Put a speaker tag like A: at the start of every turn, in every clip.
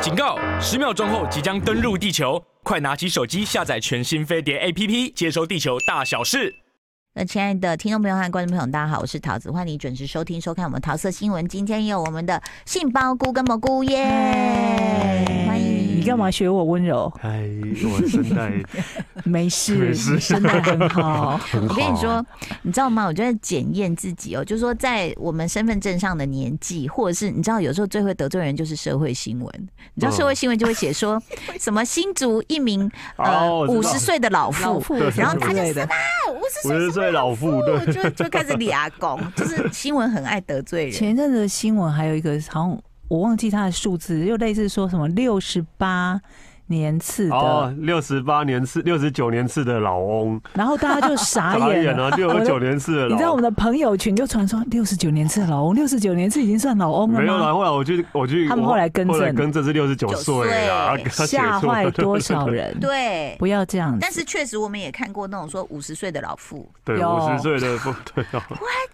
A: 警告！十秒钟后即将登陆地球，快拿起手机下载全新飞碟 APP，接收地球大小事。
B: 那亲爱的听众朋友和观众朋友，大家好，我是桃子，欢迎你准时收听收看我们桃色新闻。今天也有我们的杏鲍菇跟蘑菇耶，欢迎
C: 哎你干嘛学我温 柔？
D: 哎，我声带
C: 没事，
D: 没事。
C: 你声带很好
D: 很
B: 我
D: 好。啊
B: 跟你说，你知道吗？我觉得检验自己哦，就是说在我们身份证上的年纪，或者是你知道，有时候最会得罪人就是社会新闻。你知道
D: 嗯
B: 社会新闻就会写说 什么新竹一名呃
D: 哦我知道
B: 五十岁的老
C: 老
B: 妇，
C: 妇
B: 然后他
C: 之
B: 就
C: 类
B: 什
C: 的
B: 么五十
D: 我
B: 岁什
D: 是
B: 么
D: 最老妇，对，
B: 就就开始俩拱，就是新闻很爱得罪人。
C: 前一阵子的新闻还有一个，好像我忘记它的数字，又类似说什么六十八年次的，
D: 哦，六十八年次、六十九年次的老翁，
C: 然后大家就傻
D: 眨
C: 眼
D: 眼
C: 了。
D: 啊，六十九年次的
C: 你
D: 老，
C: 哎知道我们的朋友群就传说六十九年次的老翁，六十九年次已经算老翁
D: 没有
C: 了
D: 啦，
C: 吗？
D: 后来我去，我去，
C: 他们
D: 我
C: 后来更正哎
D: 后来更正是六十九岁啦，啊
B: 九
D: 他写
C: 吓
D: 错
C: 坏
D: 了
C: 多少？人？
B: 对，
C: 不要这样子。
B: 但是确实我们也看过那种说五十岁的老妇，
D: 对，
C: 有
D: 五十岁的不对啊，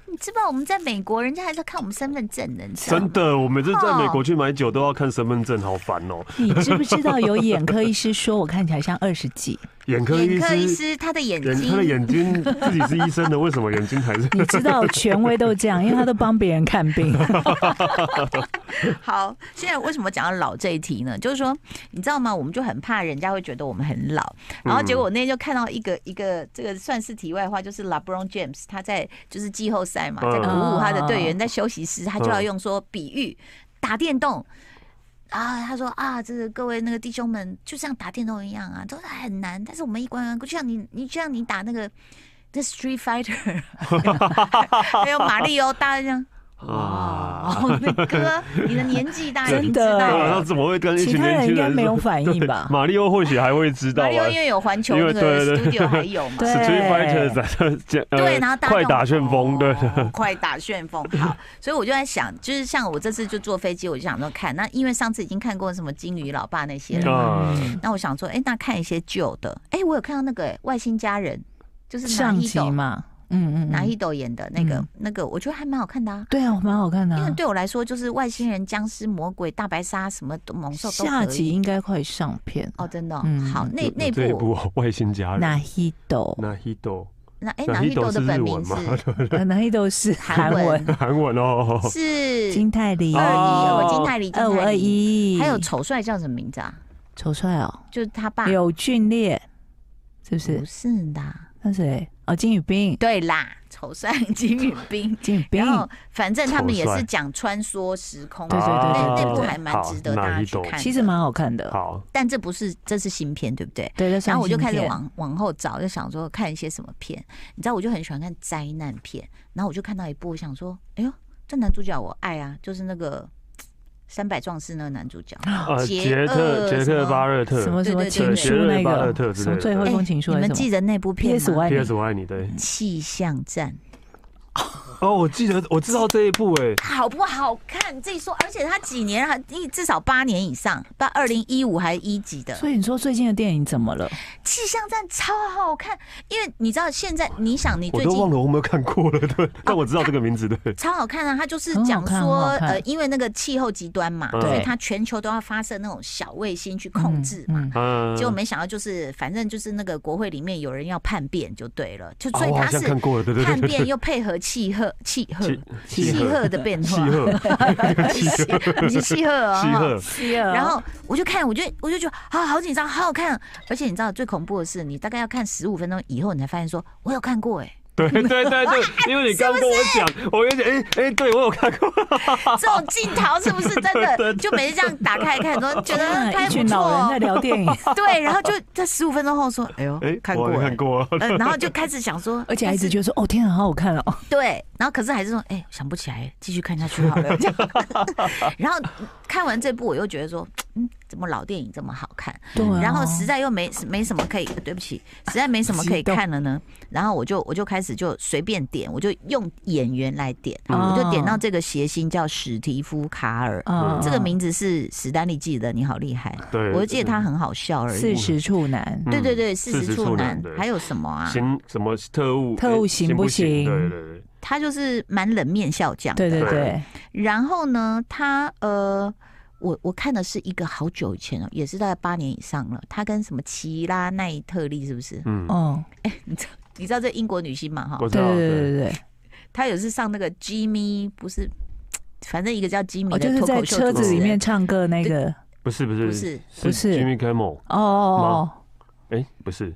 B: 你知道我们在美国，人家还在看我们身份证呢，你知道吗
D: 真的，我每次在美国去买酒都要看身份证，好烦哦。
C: 你知不知道有眼科医师说我看起来像二十几？
D: 眼科
B: 眼
D: 医
B: 科医
D: 师，
B: 师他的眼
D: 眼
B: 睛
D: 科的眼睛自己是医生的，为什么眼睛还 是？
C: 你知道权威都这样，因为他都帮别人看 病。
B: 好，现在为什么讲到老这一题呢？就是说，你知道吗？我们就很怕人家会觉得我们很老，然后结果我那天就看到一个一个这个算是题外话，就是 LeBron James 他在就是季后赛嘛，
D: 嗯
B: 在鼓舞他的队员在休息室，他就要用说比喻打电动。啊，他说啊，这个各位那个弟兄们，就像打电动一样啊，都是很难。但是我们一关关过，就像你，你就像你打那个这 Street Fighter，还有马里奥，大家这样
D: 啊
B: 哦，那哥，你的年纪大家已经
C: 真
B: 知
C: 的
B: 道
D: 啊
B: 了
D: 他。怎么会跟一
C: 其
D: 群
C: 他
D: 年
C: 人
D: 轻
C: 应该
D: 人
C: 没有
D: 说？
C: 反应吧？
D: 马里奥或许还会知道
B: 马
D: 啊，
B: 里奥因为有环球那
D: 因为
B: 个
D: 对对
B: studio 还有嘛，
C: 对
D: Street Fighter 在这呃
B: 对，然后大家
D: 快打
B: 那
D: 旋
B: 种
D: 风，对，
B: 哦快打旋风。好，所以我就在想，就是像我这次就坐飞机，我就想说看，那因为上次已经看过什么金鱼老爸那 些了，
D: 啊，
B: 那我想说，哎，那看一些旧的。哎，我有看到那个诶外星家人，就是拿
C: 上
B: 一
C: 集
B: 斗
C: 嘛，嗯嗯，
B: 拿
C: 嗯
B: 一斗演的那个
C: 嗯
B: 那个，我觉得还蛮好看的啊。
C: 对啊，蛮好看的
B: 因
C: 啊、
B: 为对我来说，就是外星人、僵尸、魔鬼、大白鲨什么都猛兽都
C: 下
B: 可
C: 集
B: 以。
C: 应该快上片。
B: 啊哦，真的哦、
C: 嗯
B: 好，那那
D: 这一
B: 部
D: 部哦外星家人，
C: 那一斗，
D: 那 Hito，
B: 那哎，
D: 那
B: 拿一豆
D: Hito
B: 的
D: 是
B: 本
D: 日
B: 名
D: 文
B: 是
D: 吗？
C: 那一斗呃是
B: 韩
C: 韩文，
B: 文，
D: 韩文哦，
B: 是
C: 金泰梨
B: 二一
D: 哦
B: 二金泰梨，金
C: 二五
B: 泰
C: 二
B: 梨，
C: 一，
B: 还有啊丑帅叫什么名字啊？
C: 丑帅哦，
B: 就是他爸，
C: 柳俊烈，是不
B: 不
C: 是？
B: 是的，
C: 那谁？哦，金宇彬，
B: 哦对啦，丑帅金宇彬。
C: 金宇彬
B: 然，后反正他们也
D: 丑
B: 是
D: 帅
B: 讲穿梭时空，
C: 对对对
B: 那
C: 对
B: 那部
C: 对
B: 还蛮值得
D: 好
B: 大家
D: 哪一
B: 去
D: 斗
B: 看的。
C: 其实蛮好看的。
D: 好，
B: 但这不是这是新片，对不对？
C: 对，那算
B: 然后我就
C: 新
B: 开始
C: 片
B: 往往后找，就想说看一些什么片。你知道，我就很喜欢看灾难片。然后我就看到一部，我想说，哎呦，这男主角我爱啊，就是那个《三百壮士》那个男主角。
C: 啊
D: 呃，
B: 杰
D: 杰特
B: 厄
D: 杰
B: 什
D: 特
B: 么
D: 巴勒特，
C: 什么什么
B: 对对对
C: 情
B: 对
C: 书
D: 杰
C: 那
D: 瑞巴勒
C: 个，哦
D: 特之
C: 什么
D: 类的
C: 最后一
B: 哎
C: 封情书
B: 你
C: 还是
B: 们
C: 什么
B: 记得那部片
C: PS 我
B: 吗？
C: 爱你
D: PS 我爱你，对，
B: 气象站
D: 哦，我记得我知道这一部哎，
B: 好不好看？你自己说，而且它几年还至少八年以上，到二零一五还一几的
C: 所以你说最近的电影怎么了？
B: 气象站超好看，因为你知道现在你想你
D: 我
B: 最
D: 都忘
B: 近。啊
D: 了我有没有看过了， 对，但我知道这个名字，对，
B: 超好看啊！它就是
C: 很好
B: 讲
C: 看
B: 说
C: 很，好看
B: 呃，因为那个气候极端嘛，
D: 嗯
B: 所以它全球都要发射那种小卫星去控制嘛。
C: 嗯
D: 嗯，
B: 结果没想到，就是反正就是那个国会里面有人要叛变，就对了，就所
D: 哦
B: 以
D: 我好
B: 他
D: 像
B: 是
D: 看过了，对对
B: 叛
D: 对对
B: 变又配合气 候气候
D: 对，
B: 气候的变
D: 气
B: 化，
D: 候，
B: 你是气候哦，
D: 气候
B: 哈
C: 啊
B: 然后我就看，我就我就觉得啊，好紧张，好好看。而且你知道最恐怖的是，你大概要看十五分钟以后，你才发现说我有看 过哎、
D: 对对对 对，因为你刚跟我讲，我有点哎哎，对我有看过，
B: 这种镜头是不是真
D: 对对
B: 的？
D: 对
B: 就每次这样打开看，说觉得
C: 天啊
B: 嗯拍
C: 一
B: 不
C: 群老人在
B: 错，哦
C: 聊 电影，
B: 对，然后就在十五分钟后说，哎呦
D: 哎，，
B: 看
D: 我
B: 过、
D: 有
B: 哎
D: 看过啊，
B: 呃，然后就开始想说，
C: 而且还一直
B: 但是
C: 觉得说哦天啊，好好看哦。
B: 对，然后可是还是说，哎、想不起来，继续看下去好了。 这样 然后看完这部，我又觉得说，嗯，怎么老电影这么好看？
C: 对
D: 嗯
C: 啊，
B: 然后实在又没没什么可以，对不起，实在没什么可以
C: 激动
B: 看了呢。然后我就我就开始就随便点，我就用演员来点，
C: 哦
B: 我就点到这个谐星叫史蒂夫·卡尔，
C: 啊
B: 这个名字是史丹利记得，你好厉害，
D: 对，
B: 我就记得他很好笑而
C: 四
B: 已。
C: 十处男，
D: 哎嗯
B: 对对对，四十
D: 40
B: 处
D: 处
B: 男
D: 男，对
B: 还有什么啊？
D: 行什么特务？
C: 特务
D: 哎
C: 行
D: 行
C: 不行
D: 对对对，
B: 他就是蛮冷面笑匠的。
C: 对对对，
B: 然后呢，他呃，我我看的是一个好久以前了，哦也是大概八年以上了。她跟什么奇拉奈特利是不是？
D: 嗯，
C: 哦，
B: 你知道这英国女星嘛？哈，
D: 我知
C: 对
D: 道，
C: 对对
D: 对，
C: 对对，
B: 她有是上那个 Jimmy，不是，反正一个叫 Jimmy
C: 哦，就
B: 的
C: 是
B: 脱
C: 在
B: 口秀
C: 车
B: 主
C: 子
B: 持
C: 里
B: 人
C: 面，唱歌那个，
D: 不是不
B: 不
D: 是
B: 是
C: 不是
D: Jimmy Kimmel，
C: 哦哦
D: 哎，不是，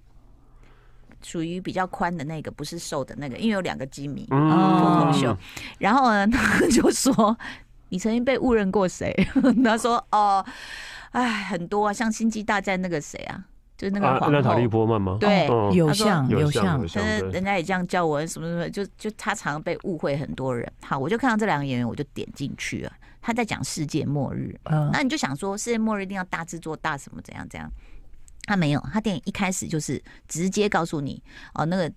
B: 属于比较宽的那个，不是瘦的那个，因为有两个 Jimmy。
D: 嗯，
C: 哦脱
B: 口秀然后呢，他就说：“你曾经被误认过谁？” 他说：“哦，哎，很多啊，像《星际大战》那个谁啊，就是那个
D: 啊，
B: 皇
D: 娜塔
B: 后
D: 莉。波曼吗？
B: 对
C: 哦，
D: 嗯
C: 有
B: 他说
C: 像
D: 有像
C: 像
D: 有，像
B: 但是
D: 对
B: 人家也这样叫我，什么什么，就就他常被误会很多人。好，我就看到这两个演员，我就点进去了。他在讲世界末日，
C: 嗯
B: 那你就想说世界末日一定要大制作大什么怎样怎样，他没有，他电影一开始就是直接告诉你哦，那个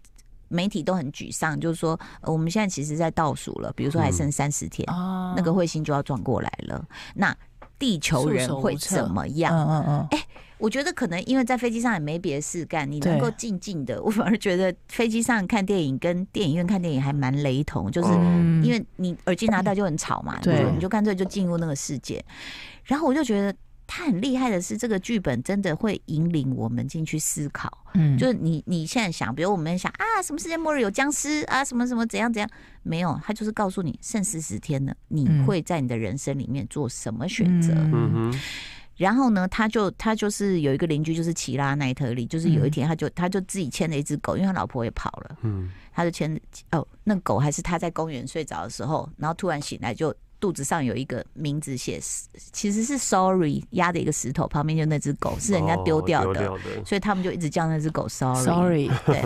B: 媒体都很沮丧，就是说、呃我们现在其实在倒数了，比如说还剩三十天，
C: 哦
B: 那个彗星就要撞过来了，那地球人会怎么
C: 嗯
B: 样？哎
C: 嗯嗯，
B: 我觉得可能因为在飞机上也没别的事干，你
C: 对
B: 能够静静的，我反而觉得飞机上看电影跟电影院看电影还蛮雷同，就是
D: 哦
C: 嗯
B: 因为你耳机拿掉就很吵嘛，
C: 对
B: 你就干脆就进入那个世界。然后我就觉得他很厉害的是，这个剧本真的会引领我们进去思考。
C: 嗯
B: 就是你你现在想，比如我们想啊，什么世界末日有僵尸啊，什么什么怎样怎样，没有，他就是告诉你剩四十天了，你
C: 嗯
B: 会在你的人生里面做什么选择。
D: 嗯哼，
B: 然后呢，他就他就是有一个邻居就是奇拉奈特利，就是有一
C: 嗯
B: 天他就、他就自己牵了一只狗，因为他老婆也跑了。
D: 嗯，
B: 他就牵哦，那狗还是他在公园睡着的时候，然后突然醒来，就肚子上有一个名字写，其实是 sorry 压的一个石头，旁边就那只狗是人家丢掉
D: 哦
B: 的，
D: 丢掉 的
B: 所以他们就一直叫那只狗 sorry，,
C: ，sorry，
B: 对，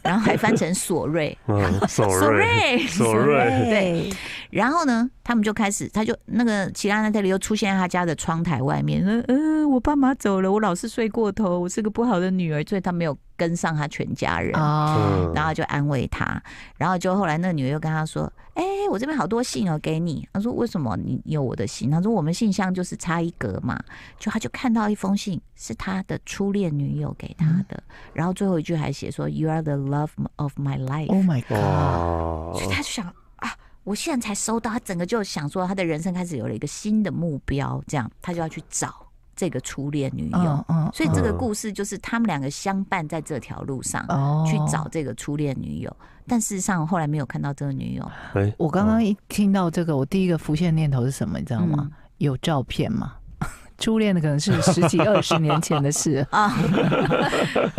B: 然后还翻成索瑞
D: 嗯，索
B: 索
D: 瑞，
B: 瑞，
D: 索瑞，
B: 对，然后呢，他们就开始，他就那个齐拉奈特里又出现在他家的窗台外面，嗯嗯、呃我爸妈走了，我老是睡过头，我是个不好的女儿，所以他没有跟上他全家人
C: 啊，
B: 嗯
D: 嗯
B: 然后就安慰他，然后就后来那个女的又跟他说：“哎、我这边好多信哦，给你。”他说：“为什么你你有我的信？”他说：“我们信箱就是差一格嘛。”就他就看到一封信是他的初恋女友给他的，
C: 嗯
B: 然后最后一句还写说：“You are the love of my life。
C: ，Oh my 哦
D: 哇
B: 所以他就想啊，我现在才收到，他整个就想说他的人生开始有了一个新的目标，这样他就要去找这个初恋女友。
C: 嗯嗯，
B: 所以这个
D: 嗯
B: 故事就是他们两个相伴在这条路上。
C: 哦
B: 去找。这个初恋女友，但事实上后来没有看到这个女友，
D: 哎，
C: 我刚刚一听到这个，我第一个浮现念头是什么？你知道
B: 嗯
C: 吗？有照片吗？ 初恋的可能是十几二十年前的事，
B: 啊？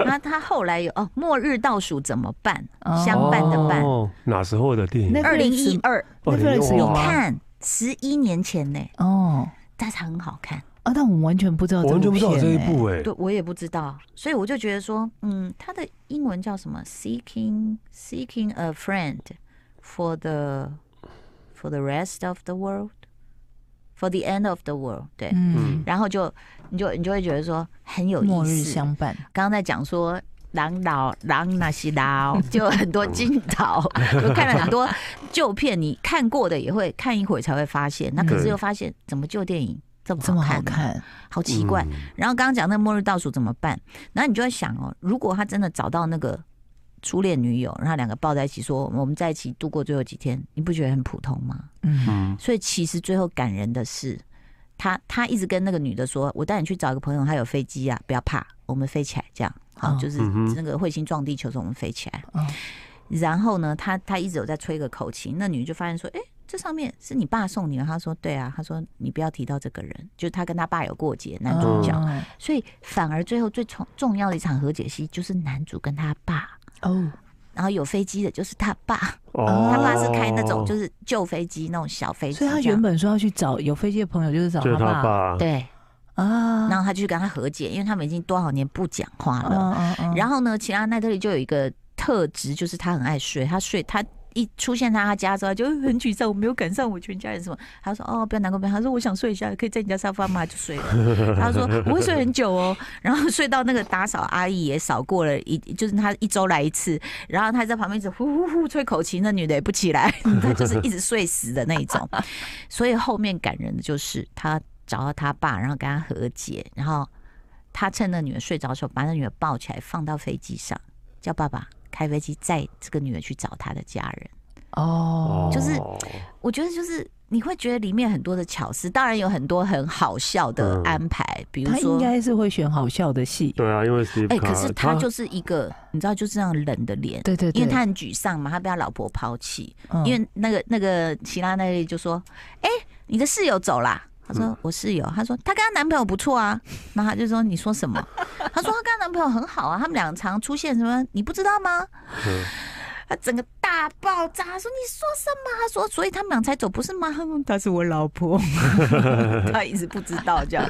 B: 那他后来有哦，末日倒数怎么办？
C: 哦
B: 相伴的伴，
D: 哦，哪时候的电影？
C: 那
B: 二零
C: Netflix
B: 一二，
D: 哦
C: 那个是有
B: 你
D: 哇
C: 吗
B: 看十一年前呢、
C: 哦
B: 但是很好看，
C: 啊！但我完全不知道
D: 我
C: 这
D: 完
C: 部
D: 全不知道有这一
C: 片欸
D: 部哎
B: 对，我也不知道，所以我就觉得说，嗯，他的英文叫什么？Seeking Seeking a friend for the for the rest of the world for the end of the world，对，
C: 嗯
D: 嗯，
B: 然后就你就你就会觉得说很有
C: 末
B: 意
C: 日
B: 思。
C: 相伴，
B: 刚刚在讲说狼岛狼那西岛，就很多金岛，就看了很多旧片，你看过的也会看一会儿才会发现，那可是
D: 对
B: 又发现怎么旧电影这么
C: 这么好
B: 呢，
C: 看，
B: 好奇怪。
D: 嗯
B: 然后刚刚讲那个末日倒数怎么办？然后你就会想哦，如果他真的找到那个初恋女友，然后两个抱在一起说我们在一起度过最后几天，你不觉得很普通吗？
C: 嗯
D: 嗯，
B: 所以其实最后感人的是，他他一直跟那个女的说：“我带你去找一个朋友，他有飞机啊，不要怕，我们飞起来。”这样，好、
C: 哦
B: 就是
D: 嗯哼
B: 那个彗星撞地球的时候，我们飞起来。
C: 哦
B: 然后呢，他他一直有在吹个口琴，那女的就发现说：“哎、这上面是你爸送你的。”他说：“对啊。”他说：“你不要提到这个人，就是他跟他爸有过节，男主角。
C: 嗯
B: 所以反而最后最重重要的一场和解戏，就是男主跟他爸，
C: 哦，
B: 然后有飞机的就是他爸，
D: 哦，
B: 他爸是开那种就是旧飞机那种小飞机这
C: 所以
B: 样，
C: 他原本说要去找有飞机的朋友，就是找
D: 就是他
C: 爸
D: 爸，
B: 对。
C: 啊，
B: 然后他就去跟他和解，因为他们已经多少年不讲话了。
C: 嗯嗯嗯
B: 然后呢，齐拉奈特里就有一个特质，就是他很爱睡，他睡他。一出现在他家之后，他就很沮丧，我没有赶上我全家人什么。他说：“哦，不要难过，不要。”他说：“我想睡一下，可以在你家沙发吗？”就睡了。 他说：“我会睡很久哦。”然后睡到那个打扫阿姨也扫过了一，就是他一周来一次。然后他在旁边一直呼呼呼吹口琴，那女的也不起来， 他就是一直睡死的那一种。所以后面感人的就是他找到他爸，然后跟他和解，然后他趁那女儿睡着的时候，把那女儿抱起来放到飞机上，叫爸爸开飞机载这个女儿去找她的家人。
C: 哦，
B: 就是我觉得就是你会觉得里面很多的巧思，当然有很多很好笑的
D: 嗯
B: 安排，比如
C: 他应
B: 说。
C: 该是会选好笑的戏。
D: 对啊，因为 Steve
B: 哎、
D: Carell，
B: 可是他就是一个，你知道，就是那样冷的脸，
C: 对对对，
B: 因为他很沮丧嘛，他被他老婆抛弃，
C: 嗯
B: 因为那个那个希拉那里就说：“哎、你的室友走啦。”她说：“我室友。”她说：“她跟她男朋友不错啊。”然后她就说：“你说什么？” 她说：“她跟她男朋友很好啊，他们俩常出现什么，你不知道吗？”
D: 嗯
B: 她整个大爆炸，她说：“你说什么？”她说：“所以他们俩才走，不是吗？”她说：“她是我老婆。” 她一直不知道这样。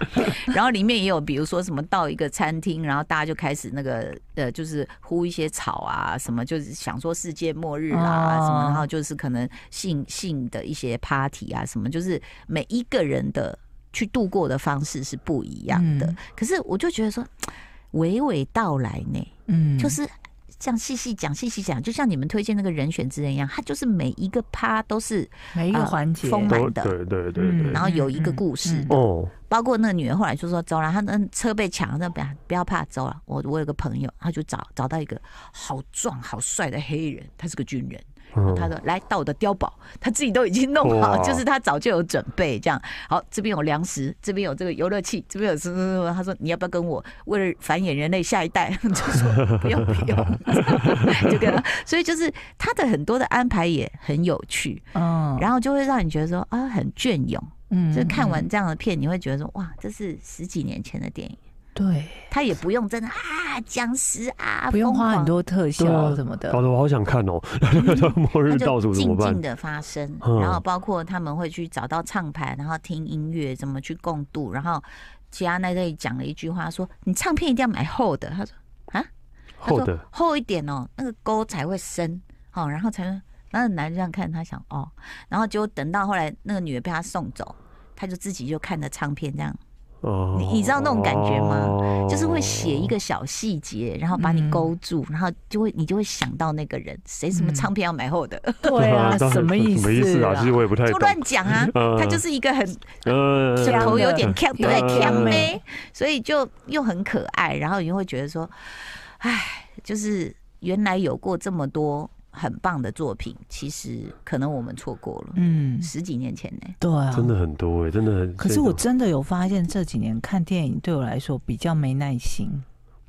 B: 然后里面也有，比如说什么到一个餐厅，然后大家就开始那个呃，就是呼一些草啊，什么就是想说世界末日啊，
C: 哦
B: 什么，然后就是可能性性的一些 party 啊，什么，就是每一个人的去度过的方式是不一样的。
C: 嗯
B: 可是我就觉得说，娓娓道来呢，
C: 嗯
B: 就是这样细细讲、细细讲，就像你们推荐那个人选之人一样，它就是每一个趴都是，
C: 每一个
B: 呃
C: 环节
B: 丰满
D: 都
B: 的
D: 对对对
C: 嗯
D: 对
B: 然，后有一个故事。
C: 嗯嗯
D: 哦，
B: 包括那个女人后来就说走了，她那车被抢，那不要不要怕，走了。我我有个朋友，他就找找到一个好壮好帅的黑人，他是个军人。
D: 嗯
B: 他说：“来到我的碉堡，他自己都已经弄好，
D: 哇
B: 就是他早就有准备。这样，好，这边有粮食，这边有这个游乐器，这边有什么什么什么。他说你要不要跟我为了繁衍人类下一代？ 就说不用不用， 就跟他。所以就是他的很多的安排也很有趣，
C: 嗯
B: 然后就会让你觉得说啊很隽永。
C: 嗯
B: 就是看完这样的片，你会觉得说哇，这是十几年前的电影，
C: 对，
B: 他也不用真的啊僵尸啊，
C: 不用
B: 疯
C: 花
B: 狂
C: 很，多特
D: 对啊
C: 效什么的
D: 搞，得我好想看哦， 末日
B: 他
D: 倒
B: 就
D: 数怎么
B: 静
D: 办
B: 静？的发生，
D: 嗯
B: 然后包括他们会去找到唱盘，然后听音乐，怎么去共度，然后齐安奈这里讲了一句话说，你唱片一定要买厚的，他说他
D: 厚
B: 说
D: 的，
B: 厚一点哦，那个沟才会深，好、然后才能。然后男人这样看他想哦，然后结果等到后来那个女的被他送走，他就自己就看着唱片这样。
D: 哦，
B: 你你知道那种感觉吗
D: 吗
B: 就是会写一个小细节，然后把你勾住，
D: 嗯
B: 然后就会你就会想到那个人，谁什么
C: 嗯
B: 唱片要买厚的，
C: 对啊，什么意
D: 什么意思
C: 思
D: 啊？其实我也不太
B: 就
D: 懂。
B: 乱讲啊。
D: 嗯
B: 他就是一个很
D: 嗯
B: 就头有点呛，对
D: 嗯
B: 呛呗，所以就又很可爱，然后你会觉得说，唉，就是原来有过这么多很棒的作品，其实可能我们错过了，
C: 嗯，
B: 十几年前呢、
C: 对啊，
D: 真的很多哎，真的很。
C: 可是我真的有发现，这几年看电影对我来说比较没耐心，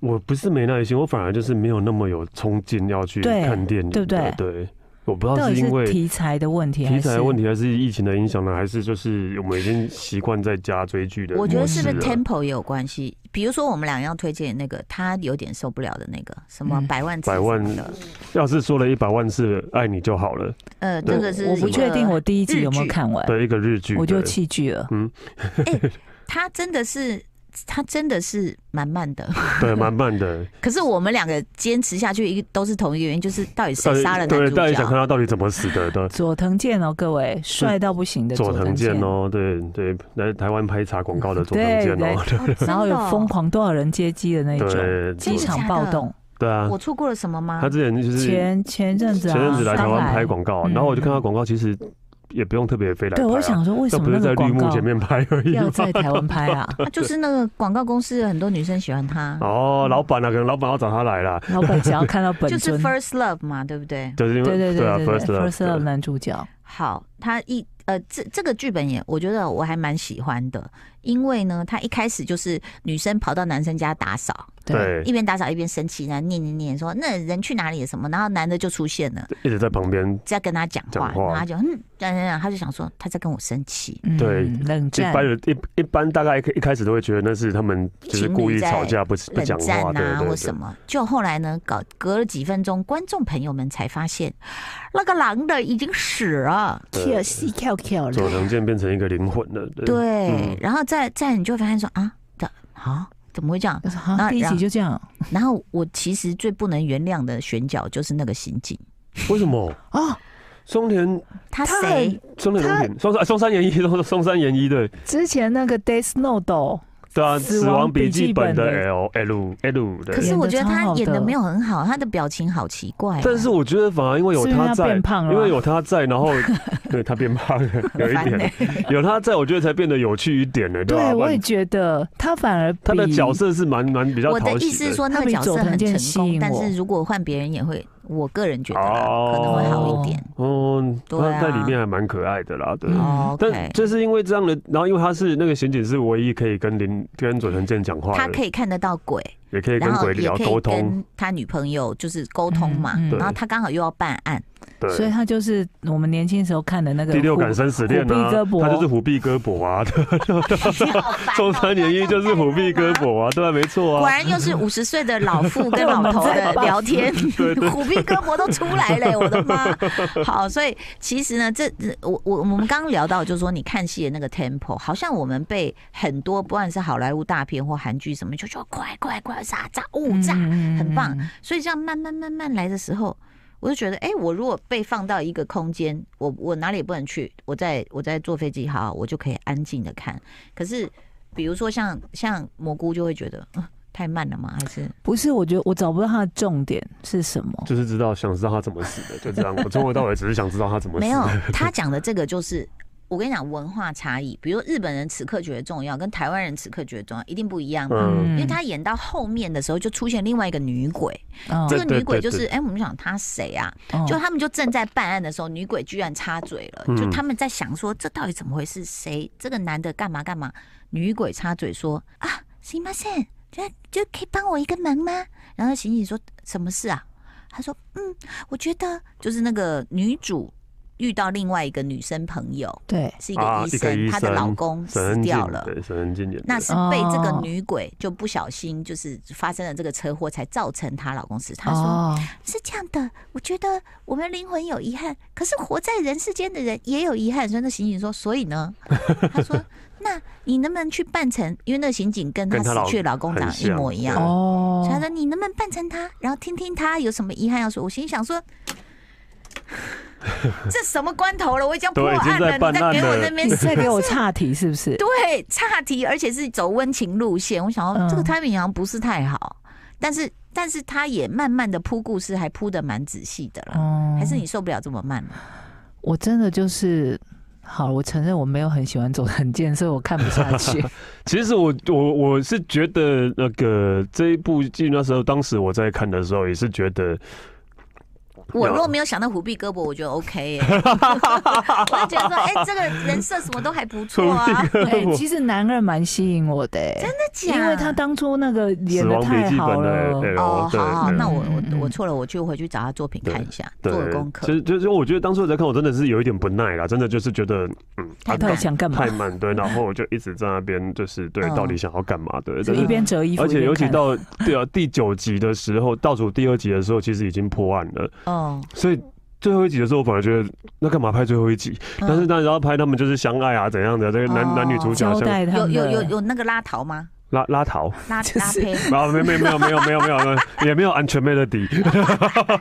D: 我不是没耐心，我反而就是没有那么有冲劲要去
C: 对
D: 看电影，
C: 对不对
D: 对，我不知
C: 到
D: 道
C: 底
D: 哦是因
C: 是
D: 为
C: 题材的问题，
D: 题材的问
C: 题，
D: 题，还是疫情的影响呢，还是就是我们已经习惯在家追剧的
B: 我觉得
D: 模
B: 是
D: 式
B: 不是
D: 了
B: tempo 也有关系？比如说我们俩要推荐那个，他有点受不了的那个什么
C: 嗯
B: 百万次
D: 百万
B: 什么的，
D: 要是说了一百万次“爱你就好了
B: 呃，
D: 对
B: 这个是
C: 我
B: 一
C: 不
B: 个
C: 确定我第一集有没有
B: 日剧
C: 看”完，
D: 的一个日剧，
C: 我就
D: 对
C: 弃剧了。
B: 他真的是他真的是蛮慢的，
D: 对蛮慢的，
B: 可是我们两个坚持下去，一个都是同一个原因，就是到底谁杀了
D: 呃对，
B: 男主
D: 大家想看
B: 角？
D: 他到底怎么死的的。
C: 佐藤健哦，各位帅到不行的
D: 佐藤健
C: 健，
D: 哦，对对，来台湾拍茶广告的佐藤
C: 对
D: 健哦，
C: 对然后有疯，狂多少人接机的那种，
D: 对
C: 机场暴动。
D: 对啊
B: 我，错过了什么吗
D: 他？之前就是
C: 前前阵子啊，
D: 前阵子来台湾
C: 上
D: 拍广告，
C: 嗯
D: 然后我就看到广告其实也不用特别飞来拍
C: 对，
D: 啊，
C: 我想说为
D: 这
C: 什
D: 不
C: 么
D: 是
C: 那
D: 在
C: 个
D: 绿
C: 广
D: 幕
C: 告
D: 前面拍而已
C: 要
D: 吗？
C: 在台湾拍啊？
B: 他就是那个广告公司，很多女生喜欢他，
D: 哦，老板啊，可能老板要找他来啦，
C: 老板想要看到本
B: 就
C: 尊，
B: 是 First Love 嘛，对不对？
D: 就是因为
C: 对对
D: 啊
C: 对对
D: ，First Love，
C: ，First Love 男主角，
B: 好，他一呃，这这个剧本也，我觉得我还蛮喜欢的，因为呢，他一开始就是女生跑到男生家打扫，
C: 对，
D: 对，
B: 一边打扫一边生气，然后念念念说那人去哪里了什么，然后男的就出现了，
D: 一直在旁边，
B: 在跟他讲话，
D: 讲话
B: 然后他就嗯，讲讲讲，他就想说他在跟我生气，
C: 嗯
D: 对
C: 冷
D: 一
C: 战
D: 般，人一一般大概一一开始都会觉得那是他们就是故意吵架，不是不
B: 冷
D: 讲
B: 战
D: 话，对
B: 啊
D: 对
B: 或
D: 对
B: 什么。就后来呢，搞隔了几分钟，观众朋友们才发现，那个狼的已经死了。
D: 对
C: 跳戏啊跳跳
D: 佐
C: 了，
D: 藤健变成一个灵魂了，对
B: 对
D: 嗯，
B: 然后再再你就会发现说啊，这啊怎么会这样？
C: 就是好
B: 那
C: 像啊第一集就这样
B: 然后我其实最不能原谅的选角就是那个刑警，
D: 为什么？
C: 哦，
D: 松田
B: 他
C: 他
B: 谁？
D: 松田龙平松啊松山研一松松山研一对
C: 之前那个 Death Note，哦
D: 对啊，《
C: 死
D: 死
C: 亡
D: 亡
C: 笔
D: 笔
C: 记
D: 记本》的
C: 本
D: L L L
B: 可
D: 对。
B: 是我觉得
C: 演得超
B: 他
C: 好的
B: 演的没有很好，他的表情好奇怪、啊。
D: 但是我觉得反而因为有
C: 是因为
D: 他
C: 他
D: 在，
C: 变胖了吗
D: 因为有他在，然后 对他变胖了，有一
B: 很烦
D: 点，有他在，我觉得才变得有趣一点呢，对吧？
C: 对
D: 不
C: 我
D: 然
C: 也觉得他反而
D: 他的
C: 比
D: 角色是蛮蛮比较
B: 我的
D: 讨
B: 意思
D: 喜
B: 是
D: 的。
B: 说，那个角色
C: 他
B: 很
C: 比佐藤健
B: 成
C: 吸
B: 功，
C: 引
B: 但
C: 我
B: 是如果换别人也会我个人觉得啦，
D: 哦
B: 可能会好一点。
D: 哦，
B: 对啊
D: 他在里面还蛮可爱的啦，对。
C: 嗯
B: 哦
D: 但
B: OK，
D: 就是因为这样的，然后因为他是那个刑警是唯一可以跟林跟佐藤健讲话
B: 他
D: 的，
B: 可以看得到鬼，
D: 也可以跟
B: 然后
D: 鬼
B: 也
D: 聊
B: 可
D: 沟
B: 以
D: 通，
B: 跟他女朋友就是沟通嘛
C: 嗯嗯，对
B: 然后他刚好又要办 案，
D: 对。
C: 所以他就是我们年轻时候看的那个
D: 第六感
C: 虎
D: 生死恋
C: 虎
D: 啊
C: 臂胳，膊
D: 他就是虎臂胳膊啊，中山联一就是虎臂胳膊啊，对啊，没错
B: 果
D: 啊，
B: 然又是五十岁的老 妇跟老头的聊天， 虎臂胳膊都出来了、我的 妈！好，所以其实呢，这这我我我们刚刚聊到，就是说你看戏的那个 tempo，好像我们被很多不管是好莱坞大片或韩剧什么，就说快快快杀炸物炸，
C: 嗯
B: 很棒
C: 嗯嗯
B: 所以这样慢慢慢慢来的时候，我就觉得，哎、我如果被放到一个空间，我我哪里也不能去，我在我在坐飞机，好，我就可以安静的看。可是，比如说像像蘑菇就会觉得，嗯太慢了吗？还是
C: 不是，我觉得我找不到他的重点是什么。
D: 就是知道想知道他怎么死的，就这样。我从头到尾只是想知道他怎么死
B: 没有啊
D: 的。？
B: 他讲的这个就是。我跟你讲，文化差异，比如日本人此刻觉得重要，跟台湾人此刻觉得重要，一定不一样嘛。
D: 嗯
B: 因为他演到后面的时候，就出现另外一个女鬼，
C: 嗯
B: 这
D: 对
B: 个女鬼
D: 对
B: 就
D: 对
B: 是，哎、我们想她谁啊？
C: 嗯
B: 就他们就正在办案的时候，女鬼居然插嘴了，
D: 嗯
B: 就他们在想说这到底怎么回事？谁这个男的干嘛干嘛？女鬼插嘴说啊，行吗？先就就可以帮我一个忙吗？然后刑警说什么事啊？他说嗯，我觉得就是那个女主遇到另外一个女生朋友
C: 对，
B: 是一个
D: 啊
B: 医
D: 一个
B: 生，
D: 医
B: 她的
D: 生
B: 老公
D: 沈
B: 死
D: 恩
B: 掉
D: 静
B: 了。
D: 对，哦沈恩静演的。
B: 那是被这个女鬼就不小心就是发生了这个车祸，才造成她老公死。她说：“
C: 哦，
B: 是这样的，我觉得我们灵魂有遗憾，可是活在人世间的人也有遗憾。所以那刑警说，所以 呢，他说，那你能不能去扮成？因为那个刑警跟他
D: 跟他老
B: 死去的老公长
D: 很
B: 得一
D: 像
B: 模一样，
D: 对
C: 哦
B: 所以他说你能不能扮成他，然后听听他有什么遗憾要说。我心里想说。这什么关头了？我已经破
D: 对已经
B: 案了，
D: 在办
B: 你在给
D: 案
B: 我
D: 了
B: 那边
C: 你
B: 再
C: 在给我岔题是不是？
B: 对，岔题，而且是走温情路线。我想说，
C: 嗯
B: 这个 timing 好像不是太好，但是但是他也慢慢的铺故事，还铺的蛮仔细的啦。
C: 哦
B: 还是你受不了这么慢吗？
C: 我真的就是。好，我承认我没有很喜欢走很健，所以我看不下 去。
D: 其实我我我是觉得那个这一部剧那时候，当时我在看的时候也是觉得，
B: 我
D: 有
B: 如果没有想到虎臂胳膊，我觉得 OK 耶、 我就觉得说，哎、这个人设什么都还不错 啊，真
C: 哎、其实男二蛮吸引我的、哎
B: 的假？
C: 因为他当初那个演
D: 死
C: 的
D: 亡笔
C: 太
D: 记
C: 好
D: 本哎的
C: 了。
D: 对
B: 哦，
D: 对
B: 好好，
D: 对
B: 那我
C: 嗯
B: 我
C: 嗯
B: 我错了，我就回去找他作品看一下，
D: 对
B: 做了功课
D: 其。实就是我觉得当初我在看，我真的是有一点不耐啦，真的就是觉得嗯，
B: 太
D: 啊
C: 到底想干嘛
D: 太？慢，对，然后我就一直在那边就是对
B: 嗯，
D: 到底想要干嘛？对，
C: 就
D: 但是
C: 一边折衣服，
D: 而且
C: 一边
D: 尤其
C: 看
D: 到对啊第九集的时候，倒数第二集的时候，其实已经破案了，
B: 哦，
D: 所以。最后一集的时候，我反而觉得那干嘛拍最后一集？
B: 嗯
D: 但是当然要拍他们就是相爱啊，怎样的？这个男、
B: 哦
D: 男女主角
C: 交
D: 像
C: 代他
B: 有
C: 们
B: 有有
C: 的
B: 有那个拉桃吗？
D: 拉拉桃，
B: 拉
C: 就
B: 拉
C: 是
B: 胚。
D: 啊，没没没有没有没有没有，没有也没有安全 melody，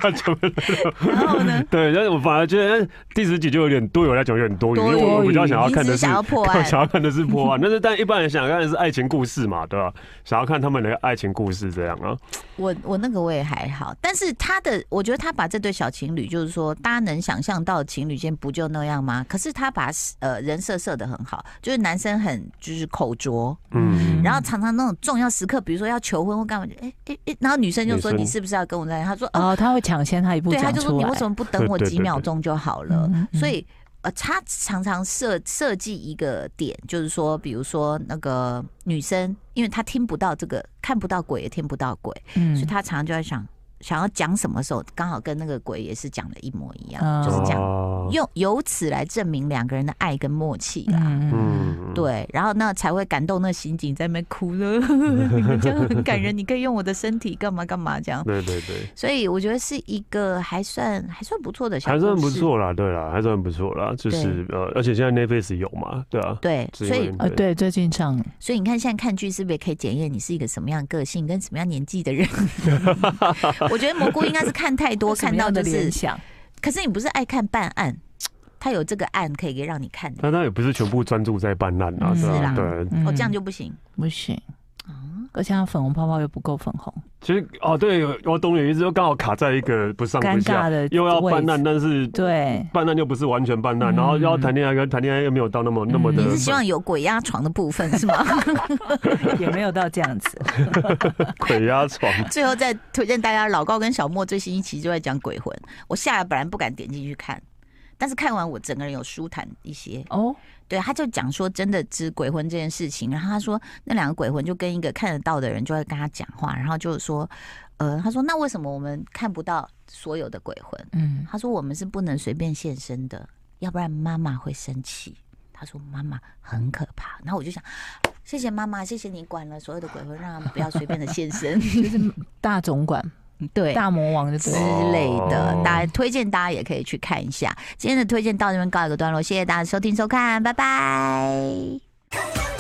D: 安全 melody。
B: 然后呢？
D: 对，但是我反而觉得哎第十集就有点多有来讲有点多余，因为我
C: 多余
D: 我比较想要看的
B: 你只
D: 是
B: 想要破案
D: 想要看的是破案。但是但一般人想看的是爱情故事嘛，对吧、想要看他们的爱情故事这样啊。
B: 我我那个我也还好，但是他的，我觉得他把这对小情侣，就是说大家能想象到情侣间不就那样吗？可是他把呃人设设的很好，就是男生很就是口拙，
D: 嗯，
B: 然后常常那种重要时刻，比如说要求婚或干嘛，就哎哎哎，然后女生就说
D: 女生啊
B: 你是不是要跟我在一起？他说哦，
C: 哦，他会抢先他一步
B: 对，
C: 讲出
B: 他
C: 来。
B: 就说你为什么不等我
D: 对对
B: 几
D: 对
B: 秒
D: 对
B: 钟就好了
C: 嗯嗯？嗯
B: 所以呃，他常常设设计一个点，就是说，比如说那个女生，因为她听不到这个，看不到鬼也听不到鬼。
C: 嗯
B: 所以他常常就在想，想要讲什么时候，刚好跟那个鬼也是讲的一模一样，
C: 哦
B: 就是这样，
D: 样
B: 用由此来证明两个人的爱跟默契啦。
C: 嗯嗯
D: 嗯，
B: 对，然后那才会感动那刑警在那边哭了， 你们这样很感人，你可以用我的身体干嘛干嘛这样，
D: 对对对，
B: 所以我觉得是一个还算还算不错的小，
D: 还算不。错啦，对啦，还算不错啦，就是呃，而且现在 Netflix 有嘛，对啊，
B: 对，
D: 是
B: 所
D: 因为
B: 以
C: 呃，对，最近上了
B: 所以你看，现在看剧是不是也可以检验你是一个什么样个性跟什么样年纪的人？ 我觉得蘑菇应该是看太多，
C: 什么
B: 看到
C: 样的
B: 就是
C: 联想，
B: 可是你不是爱看办案，他有这个案可以给让你看的，
D: 但他也不是全部专注在办案啊，
C: 嗯
D: 对
B: 是
D: 啊
B: 啦
D: 对，
B: 哦，这样
C: 就
B: 就不行。
C: 不行。而且他粉红泡泡又不够粉红，
D: 其实哦，对，我懂你的意思，就刚好卡在一个不上不
C: 尴
D: 下
C: 尬的
D: 又要
C: 位置
D: 办案，但是
C: 对，
D: 办案又不是完全办案，
C: 嗯
D: 然后又要谈恋爱，跟谈恋爱又没有到那么那么
C: 嗯
D: 的
B: 你是希望有鬼压床的部分 是吗？
C: 也没有到这样子。
D: 鬼压床。
B: 最后再推荐大家，老高跟小莫最新一期就在讲鬼魂，我下来本来不敢点进去看。但是看完我整个人有舒坦一些，
C: 哦，
B: 对，他就讲说真的，指鬼魂这件事情。然后他说，那两个鬼魂就跟一个看得到的人就会跟他讲话，然后就是说，呃，他说那为什么我们看不到所有的鬼魂？
C: 嗯，
B: 他说我们是不能随便现身的，要不然妈妈会生气。他说妈妈很可怕。然后我就想，谢谢妈妈，谢谢你管了所有的鬼魂，让他们不要随便的现身。
C: 大总管、
B: 对，
C: 大魔王的
B: 之
C: 对了。
B: 类的
D: 哦，
B: 大家推荐大家也可以去看一下。今天的推荐到这边告一个段落，谢谢大家收听收看，拜拜。